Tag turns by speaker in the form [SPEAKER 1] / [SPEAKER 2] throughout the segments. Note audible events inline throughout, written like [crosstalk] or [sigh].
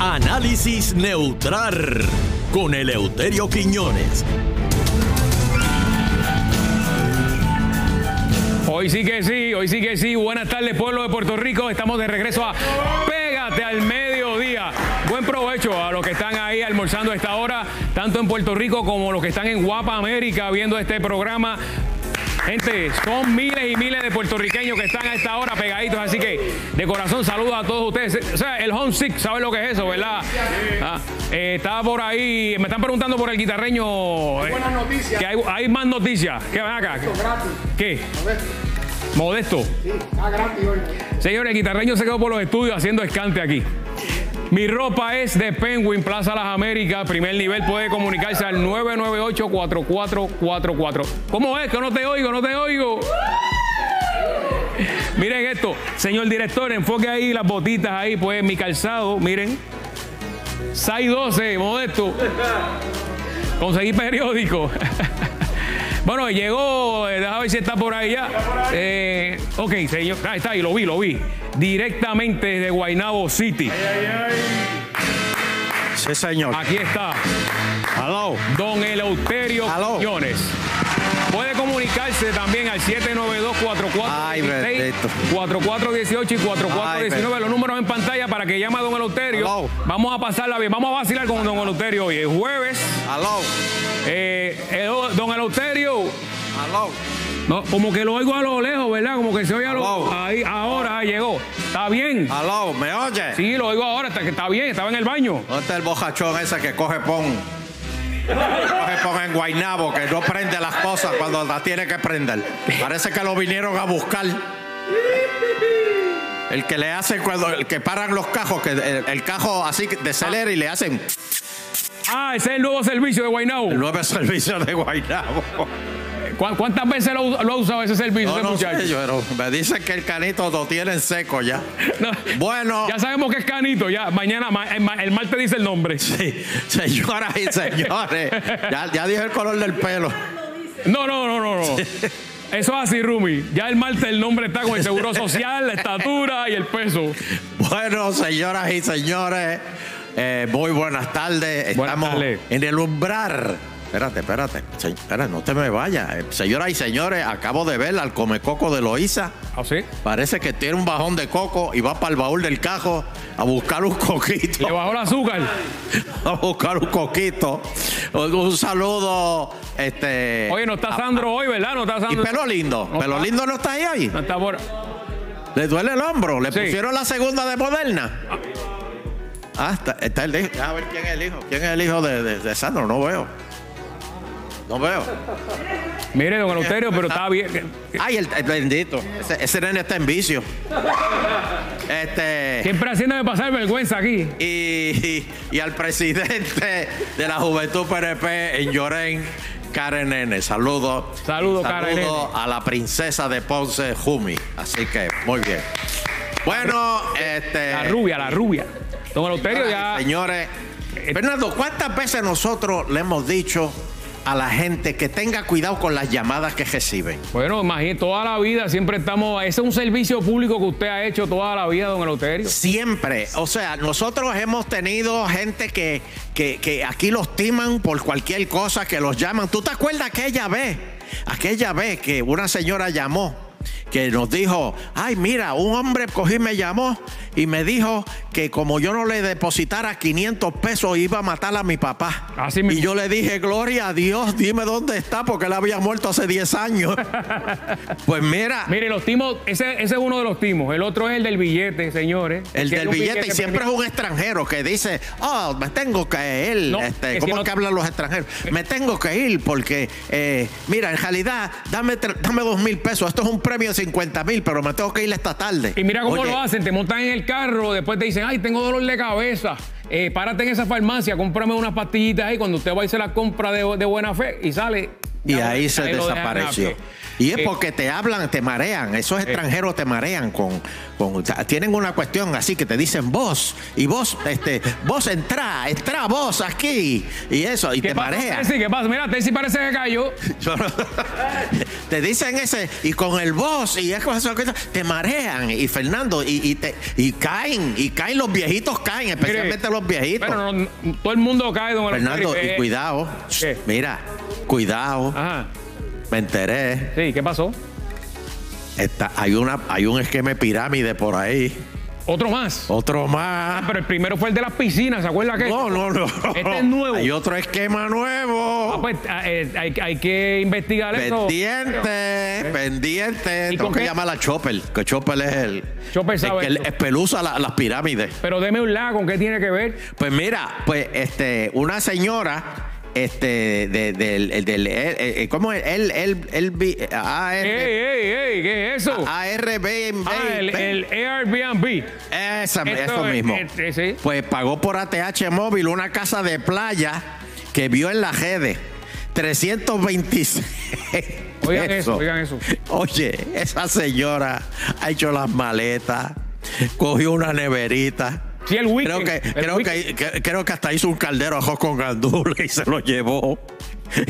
[SPEAKER 1] Análisis neutral con Eleuterio Quiñones.
[SPEAKER 2] Hoy sí que sí, hoy sí que sí. Buenas tardes, pueblo de Puerto Rico. Estamos de regreso a Pégate al Mediodía. Buen provecho a los que están ahí almorzando a esta hora, tanto en Puerto Rico como los que están en Guapa América viendo este programa. Gente, son miles y miles de puertorriqueños que están a esta hora pegaditos, así que de corazón saludo a todos ustedes. O sea, el homesick, ¿saben lo que es eso, verdad? Ah, eh, está por ahí, me están preguntando por el guitarreño. eh,
[SPEAKER 3] buenas noticias.
[SPEAKER 2] que hay, hay más noticias. ¿Qué ven acá?
[SPEAKER 3] gratis.
[SPEAKER 2] ¿Qué?
[SPEAKER 3] A ver,
[SPEAKER 2] Modesto.
[SPEAKER 3] sí, está gratis hoy.
[SPEAKER 2] Señores, el guitarreño se quedó por los estudios haciendo escante aquí. Mi ropa es de Penguin Plaza Las Américas, primer nivel. Puede comunicarse al 998-4444. ¿Cómo es? Que no te oigo, no te oigo. Miren esto, señor director, enfoque ahí las botitas ahí, pues mi calzado, miren. 612, modesto. Conseguí periódico. [laughs] bueno, llegó, eh, déjame ver si está por ahí ya. Eh, ok, señor, ahí está, ahí lo vi, lo vi. Directamente desde Guaynabo City.
[SPEAKER 4] Sí, señor.
[SPEAKER 2] Aquí está,
[SPEAKER 4] Aló.
[SPEAKER 2] don Eleuterio
[SPEAKER 4] Aló.
[SPEAKER 2] Quiñones. Puede comunicarse también al 792
[SPEAKER 4] Ay,
[SPEAKER 2] 4416
[SPEAKER 4] bendito.
[SPEAKER 2] 4418 y 4419.
[SPEAKER 4] Ay,
[SPEAKER 2] Los números en pantalla para que llame a don Eleuterio.
[SPEAKER 4] Aló.
[SPEAKER 2] Vamos a pasarla bien, vamos a vacilar con don Eleuterio hoy. Es jueves.
[SPEAKER 4] Aló.
[SPEAKER 2] Eh, eh, don Eleuterio,
[SPEAKER 4] Aló.
[SPEAKER 2] no, como que lo oigo a lo lejos, ¿verdad? Como que se oye a lo
[SPEAKER 4] Hello.
[SPEAKER 2] ahí, ahora ah, llegó. ¿Está bien?
[SPEAKER 4] Aló. ¿Me oye?
[SPEAKER 2] Sí, lo oigo ahora, está, que está bien, estaba en el baño.
[SPEAKER 4] ¿Dónde está el bojachón ese que coge pon? Coge pon en Guainabo, que no prende las cosas cuando las tiene que prender. Parece que lo vinieron a buscar. El que le hacen cuando, el que paran los cajos, que el, el cajo así que decelera y le hacen
[SPEAKER 2] Ah, ese es el nuevo servicio de Guaynabo.
[SPEAKER 4] el nuevo servicio de Guainabo.
[SPEAKER 2] ¿Cu- ¿Cuántas veces lo, lo ha usado ese servicio,
[SPEAKER 4] No,
[SPEAKER 2] ese
[SPEAKER 4] no sé,
[SPEAKER 2] muchacho?
[SPEAKER 4] yo, pero me dicen que el canito lo tienen seco ya.
[SPEAKER 2] No.
[SPEAKER 4] Bueno.
[SPEAKER 2] Ya sabemos que es Canito, ya. Mañana, ma- el, ma- el martes dice el nombre.
[SPEAKER 4] Sí, señoras y señores, ya, ya dije el color del pelo.
[SPEAKER 2] No, no, no, no, no. Eso es así, Rumi. Ya el martes el nombre está con el seguro social, la estatura y el peso.
[SPEAKER 4] Bueno, señoras y señores, eh, muy buenas tardes.
[SPEAKER 2] Buenas
[SPEAKER 4] Estamos
[SPEAKER 2] tardes.
[SPEAKER 4] en el umbral. Espérate, espérate, se- espera, no te me vayas. Eh, Señoras y señores, acabo de ver al comecoco de Loíza.
[SPEAKER 2] ¿Ah, sí?
[SPEAKER 4] Parece que tiene un bajón de coco y va para el baúl del cajo a buscar un coquito. [laughs]
[SPEAKER 2] Le bajó el azúcar.
[SPEAKER 4] A buscar un coquito. Un, un saludo. Este,
[SPEAKER 2] Oye, no está
[SPEAKER 4] a-
[SPEAKER 2] Sandro hoy, ¿verdad? No está
[SPEAKER 4] Y
[SPEAKER 2] Sandro.
[SPEAKER 4] pelo lindo.
[SPEAKER 2] No
[SPEAKER 4] Pelo
[SPEAKER 2] está.
[SPEAKER 4] lindo no está ahí hoy.
[SPEAKER 2] No está por.
[SPEAKER 4] Le duele el hombro. Le
[SPEAKER 2] Sí.
[SPEAKER 4] pusieron la segunda de Moderna. Ah, está, está el hijo. A ver quién es el hijo. ¿Quién es el hijo de, de- de Sandro? No veo. No veo.
[SPEAKER 2] Mire, don Eleuterio, pero está bien.
[SPEAKER 4] Ay, el, el bendito. Ese, ese nene está en vicio. Este.
[SPEAKER 2] Siempre haciéndome pasar vergüenza aquí.
[SPEAKER 4] Y, y- y al presidente de la Juventud PNP en Llorén, Karen Nene. Saludos.
[SPEAKER 2] Saludos, Karen Nene.
[SPEAKER 4] Saludos a la princesa de Ponce, Jumi. Así que, muy bien. Bueno, este.
[SPEAKER 2] La rubia, la rubia. Don Eleuterio ya.
[SPEAKER 4] Ay, Señores,
[SPEAKER 2] Eh,
[SPEAKER 4] Fernando, ¿cuántas veces nosotros le hemos dicho a la gente que tenga cuidado con las llamadas que reciben?
[SPEAKER 2] Bueno, imagínate, toda la vida siempre estamos. Ese es un servicio público que usted ha hecho toda la vida, don Eleuterio.
[SPEAKER 4] Siempre, o sea, nosotros hemos tenido gente que, que, que aquí los timan por cualquier cosa, que los llaman. ¿Tú te acuerdas aquella vez? Aquella vez que una señora llamó, que nos dijo, ay, mira, un hombre cogí, y me llamó y me dijo que como yo no le depositara 500 pesos iba a matar a mi papá.
[SPEAKER 2] Así
[SPEAKER 4] y
[SPEAKER 2] mismo.
[SPEAKER 4] yo le dije, gloria a Dios, dime dónde está, porque él había muerto hace
[SPEAKER 2] [laughs]
[SPEAKER 4] 10 años. pues mira,
[SPEAKER 2] Mire, los timos, ese, ese es uno de los timos. El otro es el del billete, señores.
[SPEAKER 4] El
[SPEAKER 2] Que
[SPEAKER 4] del
[SPEAKER 2] es un
[SPEAKER 4] billete y siempre
[SPEAKER 2] pequeño.
[SPEAKER 4] es un extranjero que dice, oh, me tengo que ir.
[SPEAKER 2] No, que
[SPEAKER 4] este,
[SPEAKER 2] si
[SPEAKER 4] ¿Cómo
[SPEAKER 2] no-
[SPEAKER 4] es que hablan los extranjeros? Me tengo que ir porque, eh, mira, en realidad, dame, tre- dame dos mil pesos. Esto es un premio de 50 mil, pero me tengo que ir esta tarde.
[SPEAKER 2] Y mira cómo
[SPEAKER 4] Oye,
[SPEAKER 2] lo hacen, te montan en el carro, después te dicen, ay, tengo dolor de cabeza, eh, párate en esa farmacia, cómprame unas pastillitas ahí, cuando usted va y se las compra de, de buena fe y sale
[SPEAKER 5] Y ahí se
[SPEAKER 2] ahí lo dejan,
[SPEAKER 5] desapareció.
[SPEAKER 2] ok.
[SPEAKER 5] Y es
[SPEAKER 2] Eh,
[SPEAKER 5] porque te hablan, te marean. Esos extranjeros te marean con, con o sea, tienen una cuestión así que te dicen vos y vos este vos entra, entra vos aquí y eso y
[SPEAKER 2] ¿Qué
[SPEAKER 5] te
[SPEAKER 2] pasa,
[SPEAKER 5] marean.
[SPEAKER 2] Tessi? ¿Qué pasa? Mira, Tessi parece que cayó.
[SPEAKER 5] Yo no- [laughs] te dicen ese y con el voz y es con eso que te marean y Fernando y, y te y caen y caen los viejitos caen especialmente
[SPEAKER 2] Mire,
[SPEAKER 5] los viejitos
[SPEAKER 2] Bueno, no- todo el mundo cae, don
[SPEAKER 5] Fernando
[SPEAKER 2] Eleuterio.
[SPEAKER 5] y
[SPEAKER 2] Eh,
[SPEAKER 5] cuidado
[SPEAKER 2] ¿qué? Ah.
[SPEAKER 5] mira cuidado
[SPEAKER 2] Ajá.
[SPEAKER 5] me enteré
[SPEAKER 2] Sí, ¿qué pasó?
[SPEAKER 5] está, hay una hay un esquema de pirámide por ahí
[SPEAKER 2] Otro más.
[SPEAKER 5] otro más
[SPEAKER 2] Pero el primero fue el de las piscinas, ¿se acuerda Ah, que?
[SPEAKER 5] no no no
[SPEAKER 2] Este es nuevo.
[SPEAKER 5] hay otro esquema nuevo
[SPEAKER 2] Ah, pues, ah, eh, hay, hay que investigar eso.
[SPEAKER 5] Pendiente, eh, pendiente.
[SPEAKER 2] ¿Y
[SPEAKER 5] Tengo
[SPEAKER 2] con
[SPEAKER 5] que
[SPEAKER 2] qué?
[SPEAKER 5] llamar a Chopper, que Chopper es el,
[SPEAKER 2] Chopper
[SPEAKER 5] el
[SPEAKER 2] sabe
[SPEAKER 5] que
[SPEAKER 2] eso.
[SPEAKER 5] espeluza la- las pirámides.
[SPEAKER 2] Pero deme un lado, ¿con qué tiene que ver?
[SPEAKER 5] Pues mira, pues este, una señora, este, de- del, del- eh, eh, ¿cómo es? El, el, el, B- A-
[SPEAKER 2] ¡Ey,
[SPEAKER 5] R-
[SPEAKER 2] ey, ey! ¿Qué es eso?
[SPEAKER 5] ARB,
[SPEAKER 2] Eh, Ah, el, el Airbnb. Esto
[SPEAKER 5] Esa- eso
[SPEAKER 2] es-
[SPEAKER 5] mismo.
[SPEAKER 2] eh, sí.
[SPEAKER 5] Pues pagó por ATH móvil una casa de playa que vio en la redes. 326. [laughs]
[SPEAKER 2] Oigan eso,
[SPEAKER 5] pesos.
[SPEAKER 2] oigan eso.
[SPEAKER 5] Oye, esa señora ha hecho las maletas, cogió una neverita.
[SPEAKER 2] Sí, el weekend.
[SPEAKER 5] Creo que,
[SPEAKER 2] el
[SPEAKER 5] creo,
[SPEAKER 2] weekend.
[SPEAKER 5] que, que- creo que hasta hizo un caldero ajo con gandules y se lo llevó.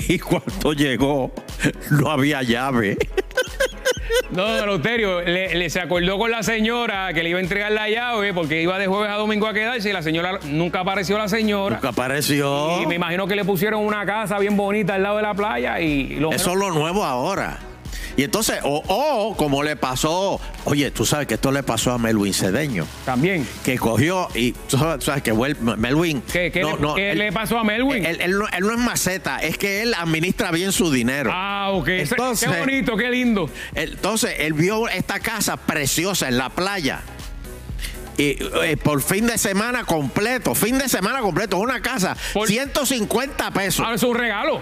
[SPEAKER 5] Y cuando llegó, no había llave.
[SPEAKER 2] No, don Eleuterio, le, le- se acordó con la señora que le iba a entregar la llave porque iba de jueves a domingo a quedarse y la señora nunca apareció la señora.
[SPEAKER 5] Nunca apareció.
[SPEAKER 2] Y me imagino que le pusieron una casa bien bonita al lado de la playa y lo
[SPEAKER 5] Eso es lo nuevo ahora. Y entonces, o, o como le pasó, oye, tú sabes que esto le pasó a Melwin Cedeño,
[SPEAKER 2] también.
[SPEAKER 5] que cogió y tú sabes, tú sabes que vuel- Melwin.
[SPEAKER 2] ¿Qué, qué
[SPEAKER 5] no,
[SPEAKER 2] le,
[SPEAKER 5] no,
[SPEAKER 2] qué
[SPEAKER 5] él-
[SPEAKER 2] le pasó a Melwin?
[SPEAKER 5] Él, él no, él no es maceta, es que él administra bien su dinero.
[SPEAKER 2] ah, ok. Ese-
[SPEAKER 5] Entonces-
[SPEAKER 2] qué bonito, qué lindo.
[SPEAKER 5] Entonces, él vio esta casa preciosa en la playa. Y eh, por fin de semana completo, fin de semana completo, una casa,
[SPEAKER 2] Por- Ah.
[SPEAKER 5] 150 pesos.
[SPEAKER 2] Ahora es un regalo.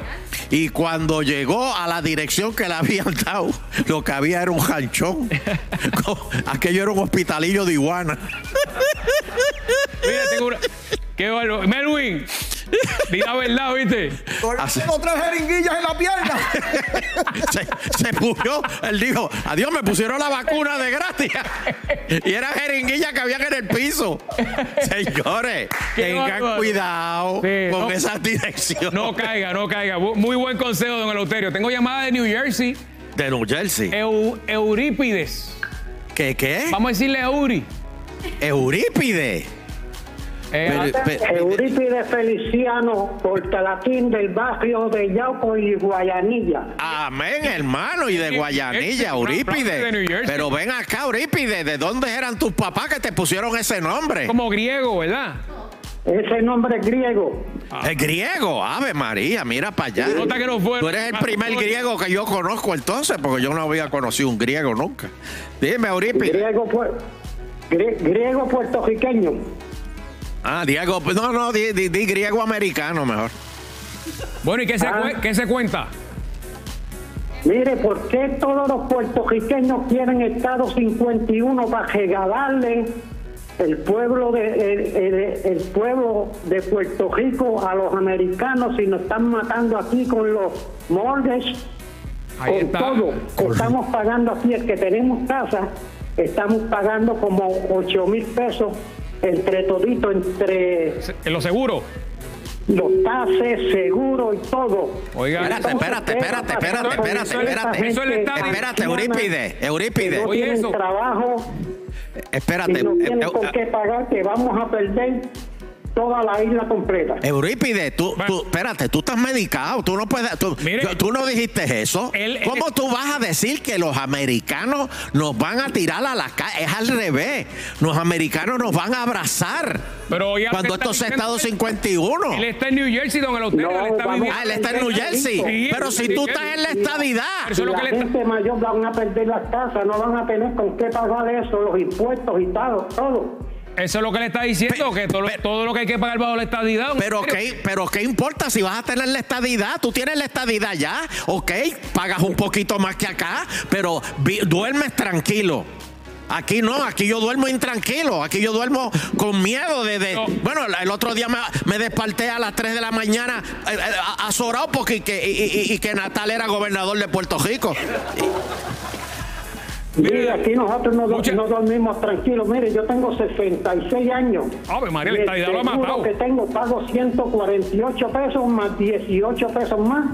[SPEAKER 5] Y cuando llegó a la dirección que le habían dado, lo que había era
[SPEAKER 2] [laughs]
[SPEAKER 5] un janchón. [laughs] Co- Aquello era un hospitalillo de iguana.
[SPEAKER 2] Mira, tengo una- Qué bárbaro. Melwin, di la verdad, ¿viste?
[SPEAKER 5] Así-
[SPEAKER 4] Tengo tres jeringuillas en la pierna.
[SPEAKER 5] Se, se murió. Él dijo, adiós, me pusieron la vacuna de gratis. Y eran jeringuillas que habían en el piso. Señores,
[SPEAKER 2] Qué
[SPEAKER 5] tengan
[SPEAKER 2] bárbaro.
[SPEAKER 5] cuidado
[SPEAKER 2] Sí,
[SPEAKER 5] con
[SPEAKER 2] no-
[SPEAKER 5] esas direcciones
[SPEAKER 2] No caiga, no caiga. Bu- Muy buen consejo, don Eleuterio. Tengo llamada de New Jersey,
[SPEAKER 5] de New Jersey.
[SPEAKER 2] Eu- Eurípides.
[SPEAKER 5] ¿Qué qué?
[SPEAKER 2] Vamos a decirle Euri.
[SPEAKER 5] Eurípide.
[SPEAKER 2] Eh,
[SPEAKER 5] Pero- pero-
[SPEAKER 6] Eurípides Feliciano, portalatín del barrio de Yauco y Guayanilla.
[SPEAKER 5] Amén, hermano, y de
[SPEAKER 2] Sí, este,
[SPEAKER 5] Guayanilla,
[SPEAKER 2] un aplauso de
[SPEAKER 5] Eurípide.
[SPEAKER 2] New Jersey.
[SPEAKER 5] Pero ven acá, Eurípide, ¿de dónde eran tus papás que te pusieron ese nombre?
[SPEAKER 2] ah, como griego, ¿verdad?
[SPEAKER 6] Ese nombre es griego.
[SPEAKER 5] El griego, Ave María, mira para allá.
[SPEAKER 2] Nota que no fue-
[SPEAKER 5] Tú eres el primer griego que yo conozco entonces, porque yo no había conocido un griego nunca. Dime, Eurípide.
[SPEAKER 6] Griego, pu- grie- griego puertorriqueño.
[SPEAKER 5] Ah, Diego, no, no, di, di- di griego americano mejor.
[SPEAKER 2] Bueno, ¿y qué se,
[SPEAKER 5] Ah.
[SPEAKER 2] cue- qué se cuenta?
[SPEAKER 6] Mire, ¿por qué todos los puertorriqueños quieren Estado 51 para regalarle el pueblo de, el, el- el pueblo de Puerto Rico a los americanos si nos están matando aquí con los mortgages?
[SPEAKER 2] Ahí
[SPEAKER 6] con
[SPEAKER 2] está.
[SPEAKER 6] todo que estamos pagando aquí, el que tenemos casa, estamos pagando como 8 mil pesos entre todito, entre
[SPEAKER 2] Se- en Eh, Lo seguro.
[SPEAKER 6] los tases, seguro y todo.
[SPEAKER 2] Oiga,
[SPEAKER 5] Espérate, espérate, espérate, espérate, espérate, espérate.
[SPEAKER 2] Eso le está-
[SPEAKER 6] Ah,
[SPEAKER 5] Espérate, Eurípide, Eurípide.
[SPEAKER 6] No
[SPEAKER 2] Oye,
[SPEAKER 6] tienen
[SPEAKER 2] eso.
[SPEAKER 6] trabajo y
[SPEAKER 5] Espérate. eh,
[SPEAKER 6] no tienen
[SPEAKER 5] Eu-
[SPEAKER 6] con qué pagar, que vamos a perder toda la isla completa.
[SPEAKER 5] Eh, Eurípide, tú,
[SPEAKER 2] Bueno.
[SPEAKER 5] tú- espérate, tú estás medicado, tú no puedes, tú,
[SPEAKER 2] Mire.
[SPEAKER 5] yo- tú no dijiste eso.
[SPEAKER 2] Él- eh,
[SPEAKER 5] ¿Cómo
[SPEAKER 2] él-
[SPEAKER 5] tú vas a decir que los americanos nos van a tirar a la calle? Es al revés, los americanos nos van a abrazar.
[SPEAKER 2] Pero oiga,
[SPEAKER 5] cuando
[SPEAKER 2] usted
[SPEAKER 5] esto
[SPEAKER 2] está diciendo
[SPEAKER 5] sea Estado
[SPEAKER 2] que-
[SPEAKER 5] 51.
[SPEAKER 2] Él está en New Jersey, don Eleuterio.
[SPEAKER 6] No,
[SPEAKER 2] él está
[SPEAKER 6] vamos-
[SPEAKER 2] viviendo-
[SPEAKER 5] Ah, él está en New Jersey.
[SPEAKER 2] Sí,
[SPEAKER 5] pero si
[SPEAKER 2] sí,
[SPEAKER 5] tú
[SPEAKER 2] sí.
[SPEAKER 5] estás en la estadidad.
[SPEAKER 2] Eso es lo
[SPEAKER 6] la
[SPEAKER 2] que le está-
[SPEAKER 6] gente mayor van a perder las casas, no van a tener con qué pagar eso, los impuestos y todo, todo.
[SPEAKER 2] Eso es lo que le está diciendo,
[SPEAKER 5] Pe-
[SPEAKER 2] que todo, lo-
[SPEAKER 5] pe-
[SPEAKER 2] todo lo que hay que pagar bajo la estadidad. don
[SPEAKER 5] Pero
[SPEAKER 2] Eleuterio.
[SPEAKER 5] qué, pero qué importa si vas a tener la estadidad, tú tienes la estadidad ya, ok, pagas un poquito más que acá, pero vi- duermes tranquilo. Aquí no, aquí yo duermo intranquilo, aquí yo duermo con miedo de... de-
[SPEAKER 2] No.
[SPEAKER 5] Bueno, el otro día me, me desperté a las 3 de la mañana eh, eh, a- azorado porque que, y, y- y que Natal era gobernador de Puerto Rico.
[SPEAKER 6] Mire, aquí nosotros no, do-
[SPEAKER 2] Mucha-
[SPEAKER 6] no dormimos tranquilos. Mire, yo tengo 66 años.
[SPEAKER 2] Ave María, la
[SPEAKER 6] Y el
[SPEAKER 2] estadidad lo ha
[SPEAKER 6] seguro
[SPEAKER 2] matado.
[SPEAKER 6] que tengo pago 148 pesos más 18 pesos más.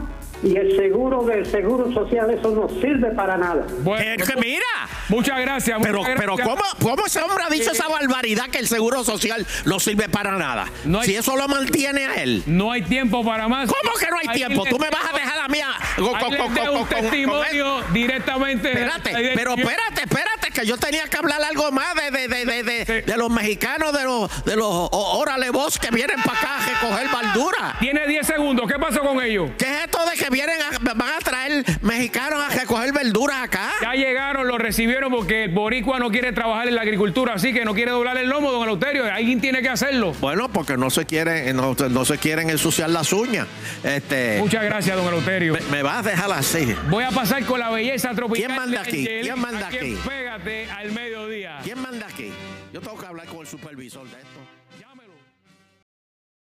[SPEAKER 6] Y el seguro del seguro social, eso no sirve para nada.
[SPEAKER 5] Eh,
[SPEAKER 2] Bueno,
[SPEAKER 5] que mira,
[SPEAKER 2] muchas gracias.
[SPEAKER 5] pero,
[SPEAKER 2] muchas
[SPEAKER 5] pero
[SPEAKER 2] gracias.
[SPEAKER 5] ¿cómo, ¿cómo ese hombre ha dicho
[SPEAKER 2] Eh,
[SPEAKER 5] esa barbaridad que el seguro social no sirve para nada?
[SPEAKER 2] No hay-
[SPEAKER 5] si eso lo mantiene a él.
[SPEAKER 2] No hay tiempo para más.
[SPEAKER 5] ¿Cómo que no hay
[SPEAKER 2] Ahí
[SPEAKER 5] tiempo?
[SPEAKER 2] les
[SPEAKER 5] Tú me
[SPEAKER 2] dejo-
[SPEAKER 5] vas a dejar a mí a-
[SPEAKER 2] ahí les
[SPEAKER 5] con- con-
[SPEAKER 2] dejo
[SPEAKER 5] con-
[SPEAKER 2] un
[SPEAKER 5] con- con-
[SPEAKER 2] testimonio directamente. de la
[SPEAKER 5] Espérate,
[SPEAKER 2] estadidad.
[SPEAKER 5] pero espérate, espérate, que yo tenía que hablar algo más de, de, de, de, de-
[SPEAKER 2] Sí.
[SPEAKER 5] de los mexicanos, de los, de los o- órale vos que vienen para acá a recoger baldura.
[SPEAKER 2] Tiene 10 segundos. ¿Qué pasó con ellos?
[SPEAKER 5] ¿Qué es esto de que vienen a- van a traer mexicanos a recoger verduras acá?
[SPEAKER 2] Ya llegaron, los recibieron porque el boricua no quiere trabajar en la agricultura, así que no quiere doblar el lomo, don Eleuterio. Alguien tiene que hacerlo.
[SPEAKER 5] Bueno, porque no se quieren, no, no se quieren ensuciar las uñas. Este,
[SPEAKER 2] Muchas gracias, don Eleuterio.
[SPEAKER 5] me, me vas a dejar así.
[SPEAKER 2] Voy a pasar con la belleza tropical.
[SPEAKER 5] ¿Quién manda
[SPEAKER 2] de
[SPEAKER 5] aquí? ¿Quién
[SPEAKER 2] Angelina,
[SPEAKER 5] manda
[SPEAKER 2] quien
[SPEAKER 5] aquí?
[SPEAKER 2] Pégate al mediodía.
[SPEAKER 5] ¿Quién manda aquí? Yo tengo que hablar con el supervisor de esto.